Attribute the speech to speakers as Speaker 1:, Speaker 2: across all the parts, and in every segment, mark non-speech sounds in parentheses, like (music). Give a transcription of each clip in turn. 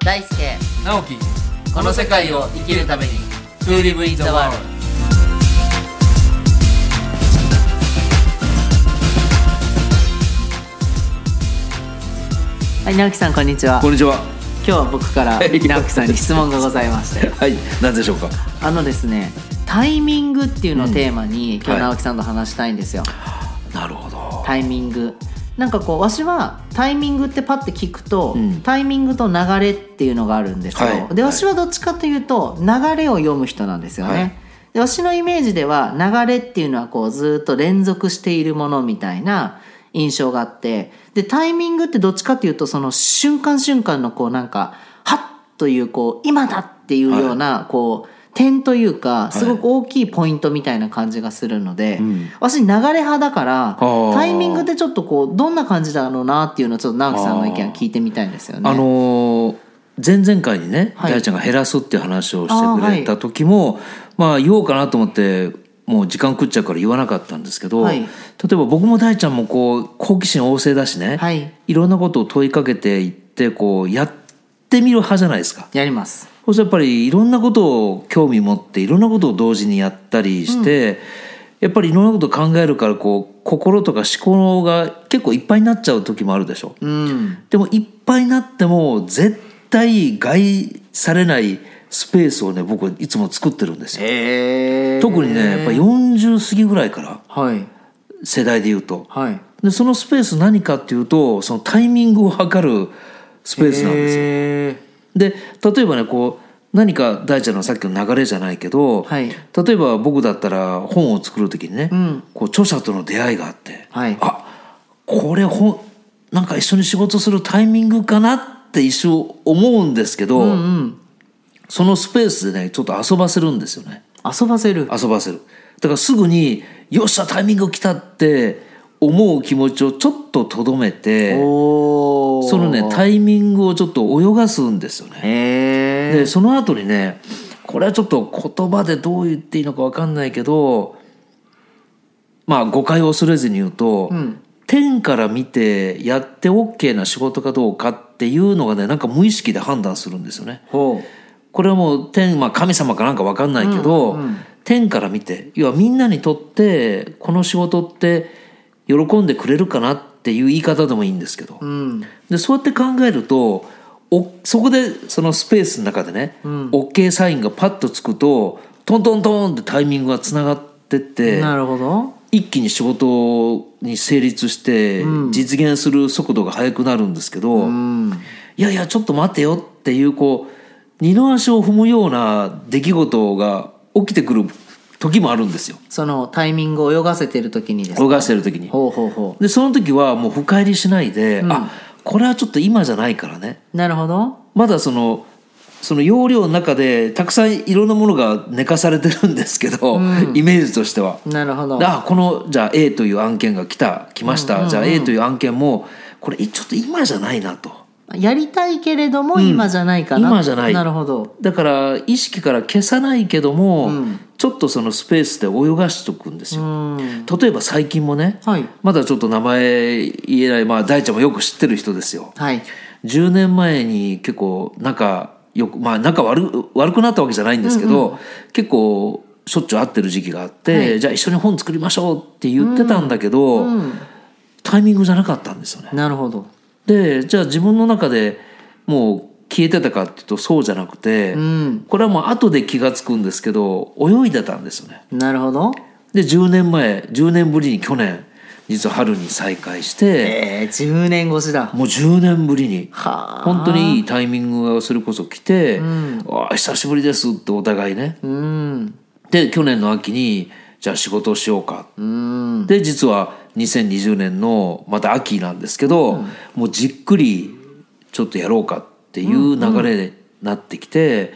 Speaker 1: 大輔
Speaker 2: 直樹
Speaker 1: この世界を生きるために
Speaker 2: To live in the world
Speaker 1: はい直樹さんこんにちは
Speaker 3: こんにちは。
Speaker 1: 今日は僕から
Speaker 3: はい
Speaker 1: 直樹さんに質問がございまして
Speaker 3: はい、なんでしょうか。
Speaker 1: あのですねタイミングっていうのをテーマに、今日直樹さんと話したいんですよ、
Speaker 3: なるほど。
Speaker 1: タイミングなんかこうわしはタイミングってパッて聞くと、
Speaker 3: うん
Speaker 1: タイミングと流れっていうのがあるんですよ、
Speaker 3: はい
Speaker 1: でわしはどっちかというと流れを読む人なんですよね、
Speaker 3: はい
Speaker 1: でわしのイメージでは流れっていうのはこうずっと連続しているものみたいな印象があってでタイミングってどっちかというとその瞬間瞬間のこうなんかはっというこう今だっていうようなこう点というかすごく大きいポイントみたいな感じがするので、
Speaker 3: ん
Speaker 1: 私流れ派だから
Speaker 3: ー
Speaker 1: タイミングでちょっとこうどんな感じだろうなっていうのをちょっと直樹さんの意見聞いてみたいんですよね。
Speaker 3: あのー前々回にね、
Speaker 1: はい
Speaker 3: 大ちゃんが減らすっていう話をしてくれた時も、まあ言おうかなと思ってもう時間食っちゃうから言わなかったんですけど、
Speaker 1: はい
Speaker 3: 例えば僕も大ちゃんもこう好奇心旺盛だしね、
Speaker 1: はい
Speaker 3: いろんなことを問いかけていってこうやってみる派じゃないですか。
Speaker 1: やります。
Speaker 3: そうするとやっぱりいろんなことを興味持っていろんなことを同時にやったりして、やっぱりいろんなことを考えるからこう心とか思考が結構いっぱいになっちゃう時もあるでしょ。
Speaker 1: うん。
Speaker 3: でもいっぱいになっても絶対害されないスペースをね僕はいつも作ってるんですよ。
Speaker 1: え
Speaker 3: 特にねやっぱ40過ぎぐらいから
Speaker 1: はい
Speaker 3: 世代で言うと。
Speaker 1: はい。
Speaker 3: でそのスペース何かっていうとそのタイミングを測るスペースなんですよ
Speaker 1: へ
Speaker 3: で例えばねこう何か大ちゃんのさっきの流れじゃないけど、
Speaker 1: はい
Speaker 3: 例えば僕だったら本を作る時にね、
Speaker 1: ん
Speaker 3: こう著者との出会いがあって、
Speaker 1: はい
Speaker 3: あこれ本なんか一緒に仕事するタイミングかなって一瞬思うんですけど、そのスペースでねちょっと遊ばせるんですよね
Speaker 1: ー遊ばせる。
Speaker 3: 遊ばせるだからすぐに「よっしゃタイミング来た!」って思う気持ちをちょっととどめて
Speaker 1: おお。
Speaker 3: そのねタイミングをちょっと泳がすんですよね。
Speaker 1: へえ。
Speaker 3: でその後にねこれはちょっと言葉でどう言っていいのか分かんないけどまあ誤解を恐れずに言うと、天から見てやって OK な仕事かどうかっていうのがねなんか無意識で判断するんですよね。
Speaker 1: ほ
Speaker 3: これはもう天、まあ、神様かなんか分かんないけど、天から見て要はみんなにとってこの仕事って喜んでくれるかなっていう言い方でもいいんですけど、
Speaker 1: う。うん。
Speaker 3: でそうやって考えるとおそこでそのスペースの中でね、OK サインがパッとつくとトントントンってタイミングがつながってって
Speaker 1: なるほど。
Speaker 3: 一気に仕事に成立して実現する速度が速くなるんですけど、いやいやちょっと待てよっていうこう二の足を踏むような出来事が起きてくる時もあるんですよ
Speaker 1: そのタイミングを泳がせてる時にです。
Speaker 3: 泳がしてる時に。
Speaker 1: ほうほうほ
Speaker 3: でその時はもう深入りしないで、あこれはちょっと今じゃないからね
Speaker 1: う。なるほど。
Speaker 3: まだそのその容量の中でたくさんいろんなものが寝かされてるんですけど、イメージとしては。
Speaker 1: なるほど
Speaker 3: で。あこのじゃあ A という案件が来た来ました、じゃあ A という案件もこれちょっと今じゃないなと。
Speaker 1: やりたいけれども今じゃないかな。
Speaker 3: 今じゃない
Speaker 1: なるほど。
Speaker 3: だから意識から消さないけども、ちょっとそのスペースで泳がしとくんですよ。
Speaker 1: うん。
Speaker 3: 例えば最近もね、
Speaker 1: はい
Speaker 3: まだちょっと名前言えない、まあ、大ちゃんもよく知ってる人ですよ。
Speaker 1: はい。
Speaker 3: 10年前に結構仲よくまあ仲悪く悪くなったわけじゃないんですけど、結構しょっちゅう会ってる時期があって、
Speaker 1: はい
Speaker 3: じゃあ一緒に本作りましょうって言ってたんだけど、タイミングじゃなかったんですよね。
Speaker 1: なるほど。
Speaker 3: でじゃあ自分の中でもう消えてたかっていうとそうじゃなくて、
Speaker 1: うん。
Speaker 3: これはもう後で気が付くんですけど泳いでたんですよね。
Speaker 1: なるほど。
Speaker 3: で10年前10年ぶりに去年実は春に再会して、
Speaker 1: えー、10年越しだ。
Speaker 3: もう10年ぶりに。
Speaker 1: はあ。
Speaker 3: 本当にいいタイミングがそれこそ来て「ああ久しぶりです」ってお互いね。
Speaker 1: うん。
Speaker 3: で去年の秋にじゃあ仕事をしようか。
Speaker 1: うん。
Speaker 3: で実は2020年のまた秋なんですけど、もうじっくりちょっとやろうかっていう流れになってきて、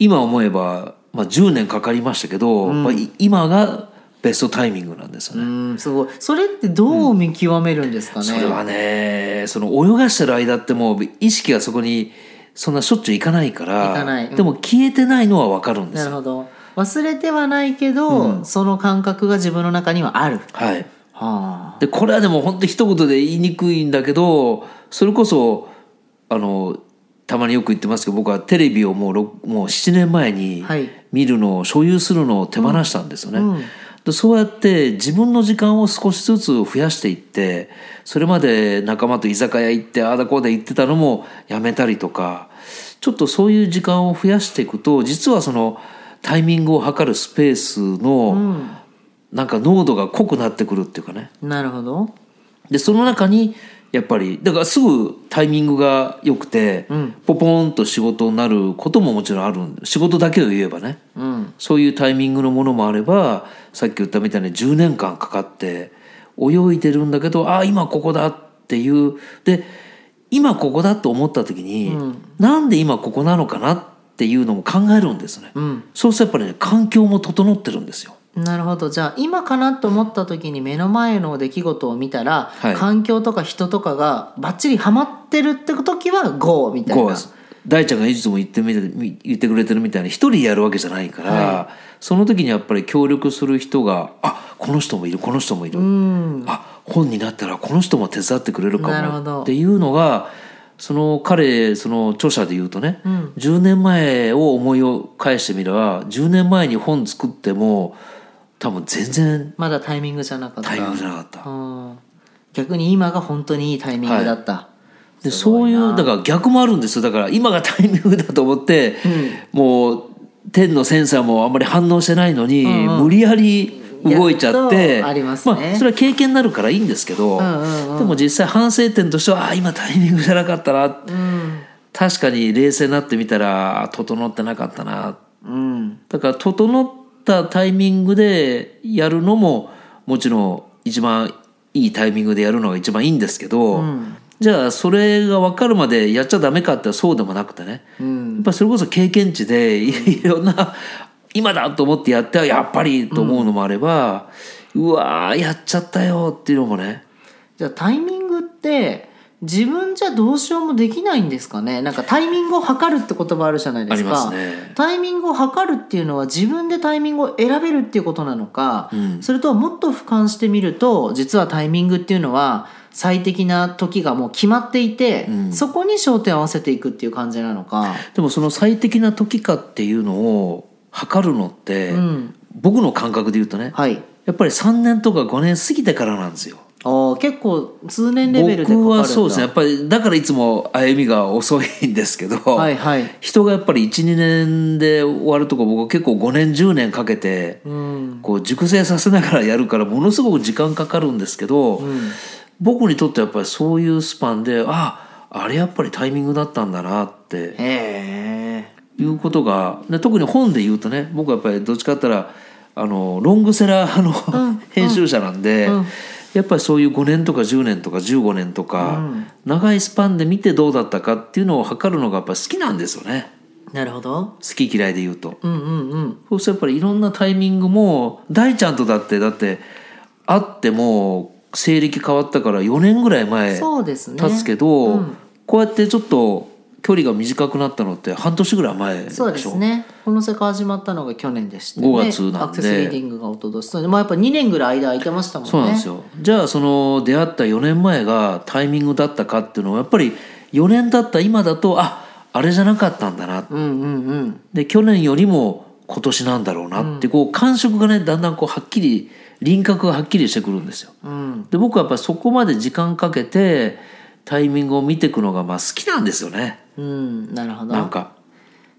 Speaker 3: 今思えば、まあ、10年かかりましたけど、まあ、い今がベストタイミングなんですよね。
Speaker 1: うん、すごい。それってどう見極めるんですかね。
Speaker 3: それはねその泳がしてる間ってもう意識がそこにそんなしょっちゅう行かないから
Speaker 1: 行かないうん
Speaker 3: でも消えてないのは分かるんで
Speaker 1: な
Speaker 3: す
Speaker 1: る
Speaker 3: よ。
Speaker 1: ほど。忘れてはないけど、その感覚が自分の中にはある。
Speaker 3: はい、
Speaker 1: はあ。
Speaker 3: でこれはでも本当一言で言いにくいんだけどそれこそあのたまによく言ってますけど僕はテレビをもうろもう7年前に
Speaker 1: はい
Speaker 3: 見るのを所有するのを手放したんですよね。
Speaker 1: うん
Speaker 3: でそうやって自分の時間を少しずつ増やしていってそれまで仲間と居酒屋行ってああだこうだ行ってたのもやめたりとかちょっとそういう時間を増やしていくと実はそのタイミングを測るスペースのなんか濃度が濃くなってくるっていうかね。
Speaker 1: なるほど
Speaker 3: でその中にやっぱりだからすぐタイミングが良くて、ポポンと仕事になることももちろんあるんで仕事だけを言えばね、そういうタイミングのものもあればさっき言ったみたいに10年間かかって泳いでるんだけどああ今ここだっていうで今ここだと思った時に、なんで今ここなのかなっていうのも考えるんですね、そうするとやっぱりね環境も整ってるんですよ
Speaker 1: なるほどじゃあ今かなと思った時に目の前の出来事を見たら、
Speaker 3: はい
Speaker 1: 環境とか人とかがバッチリハマってるって時は GO みたい
Speaker 3: こう
Speaker 1: な
Speaker 3: 大ちゃんがいつも言ってみてみ言ってくれてるみたいに一人でやるわけじゃないから、その時にやっぱり協力する人があこの人もいるこの人もいる、あ本になったらこの人も手伝ってくれる
Speaker 1: なる
Speaker 3: か
Speaker 1: ほ
Speaker 3: も
Speaker 1: ど
Speaker 3: っていうのがその彼その著者で言うとね、10年前を思いを返してみれば10年前に本作っても多分全然
Speaker 1: まだタイミングじゃなかった
Speaker 3: タイミングじゃなかった。
Speaker 1: うん逆に今が本当にいいタイミングだった、
Speaker 3: でそういうだから逆もあるんですよだから今がタイミングだと思って、もう天のセンサーもあんまり反応してないのに、無理やり動いちゃって
Speaker 1: やっとありますね
Speaker 3: あ、それは経験になるからいいんですけど、
Speaker 1: んうん
Speaker 3: でも実際反省点としてはあ今タイミングじゃなかったな、確かに冷静になってみたらあ整ってなかったな
Speaker 1: うん
Speaker 3: だから整ったタイミングでやるのももちろん一番いいタイミングでやるのが一番いいんですけど、じゃあそれが分かるまでやっちゃダメかってそうでもなくてね、やっぱりそれこそ経験値でいろんな (laughs) 今だと思ってやってはやっぱりと思うのもあれば、うわーやっちゃったよっていうのもね
Speaker 1: じゃあタイミングって自分じゃどうしようもできないんですかねなんかタイミングを測るって言葉あるじゃないですか
Speaker 3: ありますね
Speaker 1: タイミングを測るっていうのは自分でタイミングを選べるっていうことなのか、それともっと俯瞰してみると実はタイミングっていうのは最適な時がもう決まっていて、そこに焦点を合わせていくっていう感じなのか、
Speaker 3: でもその最適な時かっていうのを測るのって、
Speaker 1: うん、
Speaker 3: 僕の感覚で言うとね、
Speaker 1: はい
Speaker 3: やっぱり3年とか5年過ぎてからなんですよ。
Speaker 1: あー結構通年レベルでかかるんだ
Speaker 3: 僕はそうですねやっぱりだからいつも歩みが遅いんですけど、
Speaker 1: はいはい
Speaker 3: 人がやっぱり12年で終わるとこ僕は結構5年10年かけて
Speaker 1: うん
Speaker 3: こう熟成させながらやるからものすごく時間かかるんですけど、僕にとってやっぱりそういうスパンでああれやっぱりタイミングだったんだなって
Speaker 1: へえ
Speaker 3: いうことがで特に本で言うとね僕はやっぱりどっちかって言ったらあのロングセラーの、 (laughs) 編集者なんで、やっぱりそういう5年とか10年とか15年とか、長いスパンで見てどうだったかっていうのを測るのがやっぱり好きなんですよね
Speaker 1: なるほど
Speaker 3: 好き嫌いで言うと。
Speaker 1: うんうんうん
Speaker 3: そうするとやっぱりいろんなタイミングも大ちゃんとだってだって会ってもう西暦変わったから4年ぐらい前
Speaker 1: そうですね
Speaker 3: 経つけど、こうやってちょっと距離が短くなったのって半年ぐらい前でしょ
Speaker 1: そうですねこの世界始まったのが去年でして、ね、
Speaker 3: 5月なんで
Speaker 1: アクセスリーディングが一昨年そうねまあやっぱ2年ぐらい間空いてましたもんね
Speaker 3: そうなんですよ、じゃあその出会った4年前がタイミングだったかっていうのはやっぱり4年だった今だとああれじゃなかったんだな
Speaker 1: うんうんうん
Speaker 3: で去年よりも今年なんだろうなってこう感触がねだんだんこうはっきり輪郭がはっきりしてくるんですよ。
Speaker 1: うん
Speaker 3: で僕はやっぱりそこまで時間かけてタイミングを見ていくのがまあ好きなんですよね
Speaker 1: うんなるほど
Speaker 3: なんか。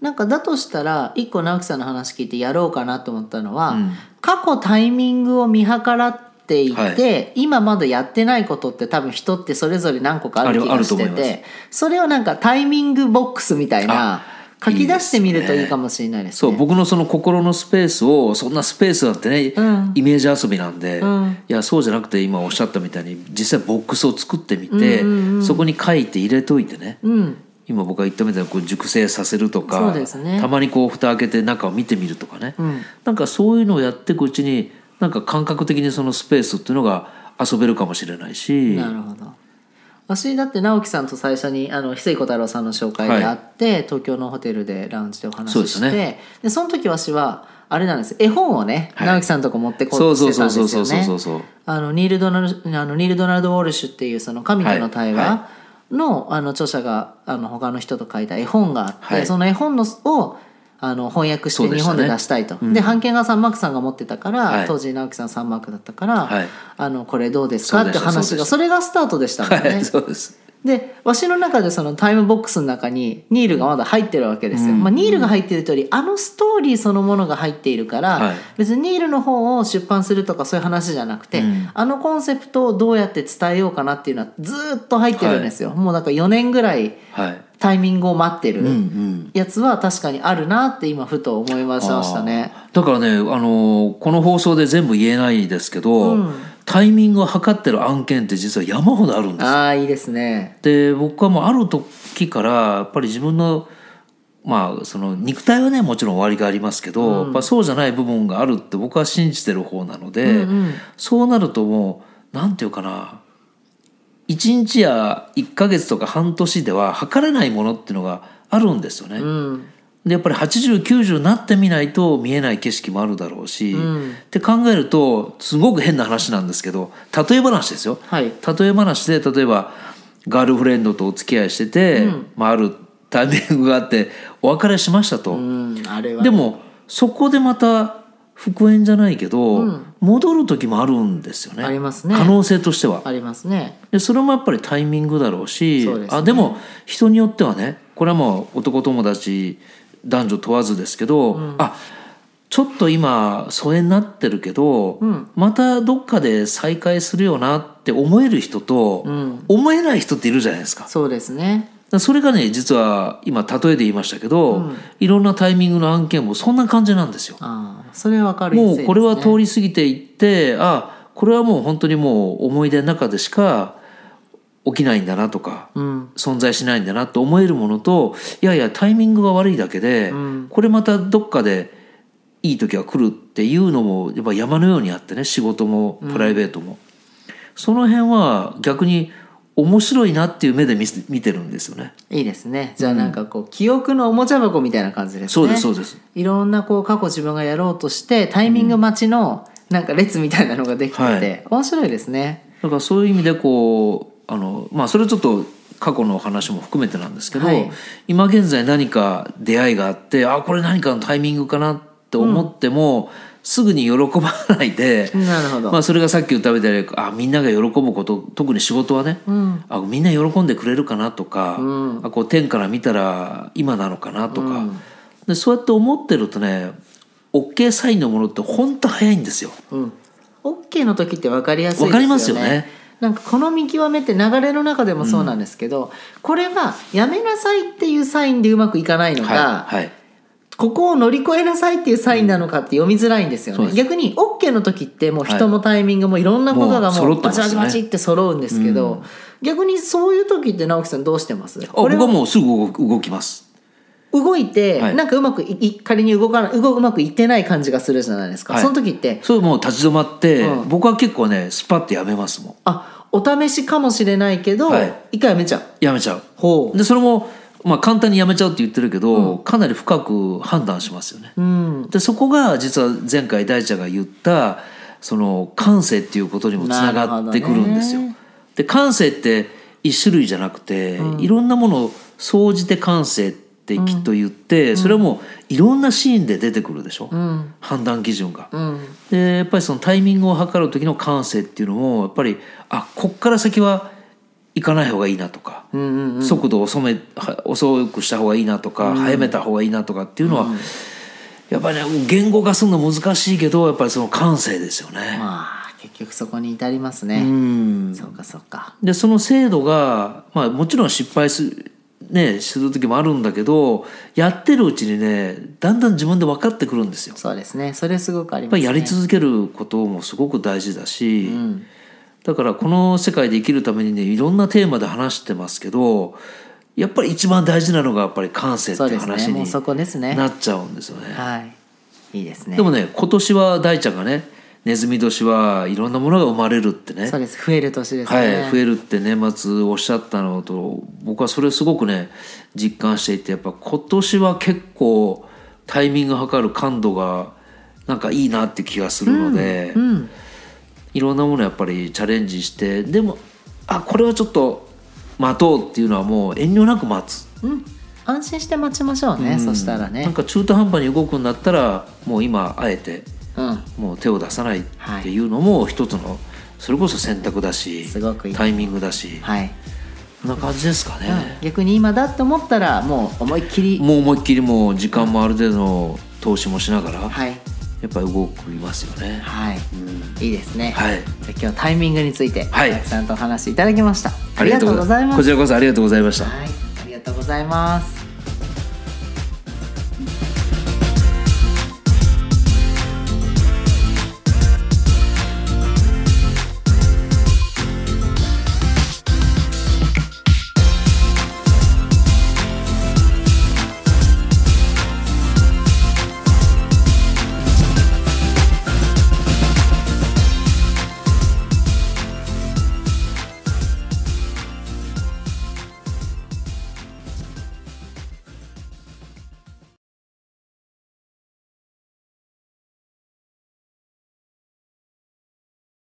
Speaker 1: なんかだとしたら一個直樹さんの話聞いてやろうかなと思ったのは、過去タイミングを見計らっていて、
Speaker 3: は
Speaker 1: 今まだやってないことって多分人ってそれぞれ何個かある気
Speaker 3: あるあ
Speaker 1: が
Speaker 3: ると
Speaker 1: し
Speaker 3: 思い
Speaker 1: て
Speaker 3: ます
Speaker 1: てそれをなんかタイミングボックスみたいな書き出してみるといいかもしれないです
Speaker 3: そ
Speaker 1: ね。
Speaker 3: う僕のその心のスペースをそんなスペースなんてね、
Speaker 1: ん
Speaker 3: イメージ遊びなんで、
Speaker 1: ん
Speaker 3: いやそうじゃなくて今おっしゃったみたいに実際ボックスを作ってみて、そこに書いて入れといてね
Speaker 1: うん、
Speaker 3: 今僕が言ったみたいにこう熟成させるとか
Speaker 1: そうですね
Speaker 3: たまにこう蓋開けて中を見てみるとかね、
Speaker 1: ん
Speaker 3: なんかそういうのをやっていくうちになんか感覚的にそのスペースっていうのが遊べるかもしれないし
Speaker 1: なるほど私だって直樹さんと最初にあの翡翠小太郎さんの紹介であって、東京のホテルでラウンジでお話しし
Speaker 3: そうです
Speaker 1: てでその時わしはあれなんです絵本をね、
Speaker 3: はい
Speaker 1: 直樹さんのとこ持ってこう
Speaker 3: そ
Speaker 1: と
Speaker 3: う
Speaker 1: し
Speaker 3: そう
Speaker 1: てた
Speaker 3: そ
Speaker 1: ん
Speaker 3: う
Speaker 1: ですよ
Speaker 3: そ
Speaker 1: ね
Speaker 3: うそうそうそうそう
Speaker 1: あのニール・ドナルあのニールドナルド・ウォルシュっていうその神との対話
Speaker 3: は
Speaker 1: のあの著者があの他の人と書いた絵本があって、
Speaker 3: はい
Speaker 1: その絵本のをあの翻訳し
Speaker 3: そう
Speaker 1: て
Speaker 3: で
Speaker 1: 日
Speaker 3: したね
Speaker 1: 本で出したいとで,、版権がサンマークさんが持ってたから、
Speaker 3: はい
Speaker 1: 当時直樹さんサンマークだったから、
Speaker 3: はい
Speaker 1: あのこれどうですか
Speaker 3: そう
Speaker 1: っ
Speaker 3: で
Speaker 1: て
Speaker 3: した
Speaker 1: 話が
Speaker 3: そ
Speaker 1: それがスタートでしたもんね。
Speaker 3: (laughs) はいそうです
Speaker 1: でわしの中でそのタイムボックスの中にニールがまだ入ってるわけですよ、まあ、ニールが入ってるというよりあのストーリーそのものが入っているから、
Speaker 3: はい
Speaker 1: 別にニールの本を出版するとかそういう話じゃなくて、あのコンセプトをどうやって伝えようかなっていうのはずーっと入ってるんですよ、もうなんか4年ぐらい
Speaker 3: はい
Speaker 1: タイミングを待ってる
Speaker 3: うんうん
Speaker 1: やつは確かにあるなって今ふと思いましたね。
Speaker 3: あーだからねあのーこの放送で全部言えないですけど、
Speaker 1: うん
Speaker 3: タイミングを測ってる案件って実は山ほどあるんですよ
Speaker 1: ああーいいですね。
Speaker 3: で僕はもうある時からやっぱり自分のまあその肉体はねもちろん終わりがありますけど、やっぱそうじゃない部分があるって僕は信じてる方なので、そうなるともうなんていうかな1日や1ヶ月とか半年では測れないものっていうのがあるんですよね。
Speaker 1: うん
Speaker 3: でやっぱり8090になってみないと見えない景色もあるだろうし、って考えるとすごく変な話なんですけど例え話ですよ、
Speaker 1: はい
Speaker 3: 例え話で例えばガールフレンドとお付き合いしてて、まあ、あるタイミングがあってお別れしましたと、
Speaker 1: うんあれは
Speaker 3: でもそこでまた復縁じゃないけど、戻る時もあるんですよね
Speaker 1: ありますね
Speaker 3: 可能性としては
Speaker 1: ありますね。
Speaker 3: でそれもやっぱりタイミングだろうし
Speaker 1: そうですね
Speaker 3: あでも人によってはねこれはもう男友達男女問わずですけど、あちょっと今疎遠になってるけど、またどっかで再会するよなって思える人と、思えない人っているじゃないですか。だか
Speaker 1: そうですね。
Speaker 3: らそれがね実は今例えで言いましたけど、いろんなタイミングの案件もそんな感じなんですよ。
Speaker 1: ああそれわかる
Speaker 3: もうこれは
Speaker 1: ですね
Speaker 3: 通り過ぎていってあこれはもう本当にもう思い出の中でしか起きないんだなとか、
Speaker 1: うん
Speaker 3: 存在しないんだなと思えるものといやいやタイミングが悪いだけで、これまたどっかでいい時が来るっていうのもやっぱ山のようにあってね仕事もプライベートも、その辺は逆に面白いなっていう目で見せ見てるんですよね。
Speaker 1: いいですね。じゃあなんかこう、記憶のおもちゃ箱みたいな感じですね。
Speaker 3: そうですそうです
Speaker 1: いろんなこう過去自分がやろうとしてタイミング待ちのなんか列みたいなのができてて、
Speaker 3: はい
Speaker 1: 面白いですね。
Speaker 3: だからそういう意味でこうあの、まあ、それちょっと過去の話も含めてなんですけど、
Speaker 1: はい
Speaker 3: 今現在何か出会いがあってあこれ何かのタイミングかなって思っても、すぐに喜ばないで。
Speaker 1: なるほど。
Speaker 3: まあ、それがさっき言ったみたいにあみんなが喜ぶこと特に仕事はね、あみんな喜んでくれるかなとか、あこう天から見たら今なのかなとか、でそうやって思ってるとね OK サインのものって本当早いんですよ。
Speaker 1: うん。OK の時って分かりやすいですよね。
Speaker 3: わかりますよね
Speaker 1: なんかこの見極めって流れの中でもそうなんですけど、これはやめなさいっていうサインでうまくいかないのが、
Speaker 3: はいはい
Speaker 1: ここを乗り越えなさいっていうサインなのかって読みづらいんですよ
Speaker 3: そう
Speaker 1: ね。
Speaker 3: です
Speaker 1: 逆に OK の時ってもう
Speaker 3: はい
Speaker 1: 人もタイミングもいろんなことが
Speaker 3: もう揃
Speaker 1: も
Speaker 3: っ
Speaker 1: う
Speaker 3: て
Speaker 1: バ
Speaker 3: ます
Speaker 1: チ
Speaker 3: よ
Speaker 1: バ
Speaker 3: ね
Speaker 1: チバチって揃うんですけど、逆にそういう時って直樹さんどうしてます
Speaker 3: あ
Speaker 1: こ
Speaker 3: 僕
Speaker 1: れ
Speaker 3: は
Speaker 1: は
Speaker 3: もうすぐ動く動きます。
Speaker 1: 動い
Speaker 3: は
Speaker 1: て
Speaker 3: い
Speaker 1: なんかうまくいい仮に動かな動うまくいってない感じがするじゃないですか。
Speaker 3: はい
Speaker 1: その時って
Speaker 3: そうもう立ち止まって、
Speaker 1: うん
Speaker 3: 僕は結構ねスパッとやめますもん
Speaker 1: あお試しかもしれないけど、
Speaker 3: はい
Speaker 1: 一回やめちゃう。
Speaker 3: やめちゃう
Speaker 1: ほう。
Speaker 3: でそれも、まあ、簡単にやめちゃうって言ってるけど、かなり深く判断しますよね、
Speaker 1: うん。
Speaker 3: でそこが実は前回大ちゃんが言ったその感性っていうことにもつながってくるんですよ、
Speaker 1: なるほ
Speaker 3: で感性って一種類じゃなくて、いろんなものを総じて感性ってきっと言って、それはもういろんなシーンで出てくるでしょ、
Speaker 1: ん
Speaker 3: 判断基準が、
Speaker 1: うん。
Speaker 3: でやっぱりそのタイミングを測る時の感性っていうのもやっぱりあこっから先は行かない方がいいなとか、
Speaker 1: うんうん。
Speaker 3: 速度を遅めは遅くした方がいいなとか、早めた方がいいなとかっていうのは、やっぱりね言語化するの難しいけどやっぱりその感性ですよね。
Speaker 1: まあ結局そこに至ります
Speaker 3: う
Speaker 1: ね。
Speaker 3: ん
Speaker 1: そうかそうか。
Speaker 3: でその制度が、まあ、もちろん失敗する,、ね、する時もあるんだけどやってるうちにねだんだん自分で分かってくるんですよ。
Speaker 1: そうですね。それすごくあり
Speaker 3: や
Speaker 1: ま
Speaker 3: っぱ
Speaker 1: すね。
Speaker 3: りやり続けることもすごく大事だし、だからこの世界で生きるためにねいろんなテーマで話してますけどやっぱり一番大事なのがやっぱり感性って
Speaker 1: そう
Speaker 3: いう
Speaker 1: です
Speaker 3: 話
Speaker 1: ね。も
Speaker 3: に
Speaker 1: うそこですね。
Speaker 3: なっちゃうんですよね。
Speaker 1: はい。いいですね。
Speaker 3: でもね今年は大ちゃんがねネズミ年はいろんなものが生まれるってね
Speaker 1: そうです。増える年です
Speaker 3: は
Speaker 1: ね。
Speaker 3: い、増えるって年末おっしゃったのと僕はそれをすごくね実感していてやっぱ今年は結構タイミング測る感度がなんかいいなって気がするので、いろんなものやっぱりチャレンジしてでもあこれはちょっと待とうっていうのはもう遠慮なく待つ、
Speaker 1: うん、安心して待ちましょうね、そしたら
Speaker 3: なん
Speaker 1: ね
Speaker 3: か中途半端に動くんだったらもう今あえて
Speaker 1: うん
Speaker 3: もう手を出さないっていうのも一つのそれこそ選択だし
Speaker 1: すごくいい
Speaker 3: タイミングだし
Speaker 1: はい、
Speaker 3: こんな感じですかね、
Speaker 1: 逆に今だって思ったらもう思いっきり
Speaker 3: もう思いっきりもう時間もある程度の投資もしながらや
Speaker 1: はい
Speaker 3: っぱり動きますよね
Speaker 1: はい、いいですね、
Speaker 3: はい
Speaker 1: じゃあ今日タイミングについて
Speaker 3: はい
Speaker 1: たくさんとお話しいただきました、ありがとうございます
Speaker 3: こちらこそありがとうございました
Speaker 1: はいありがとうございます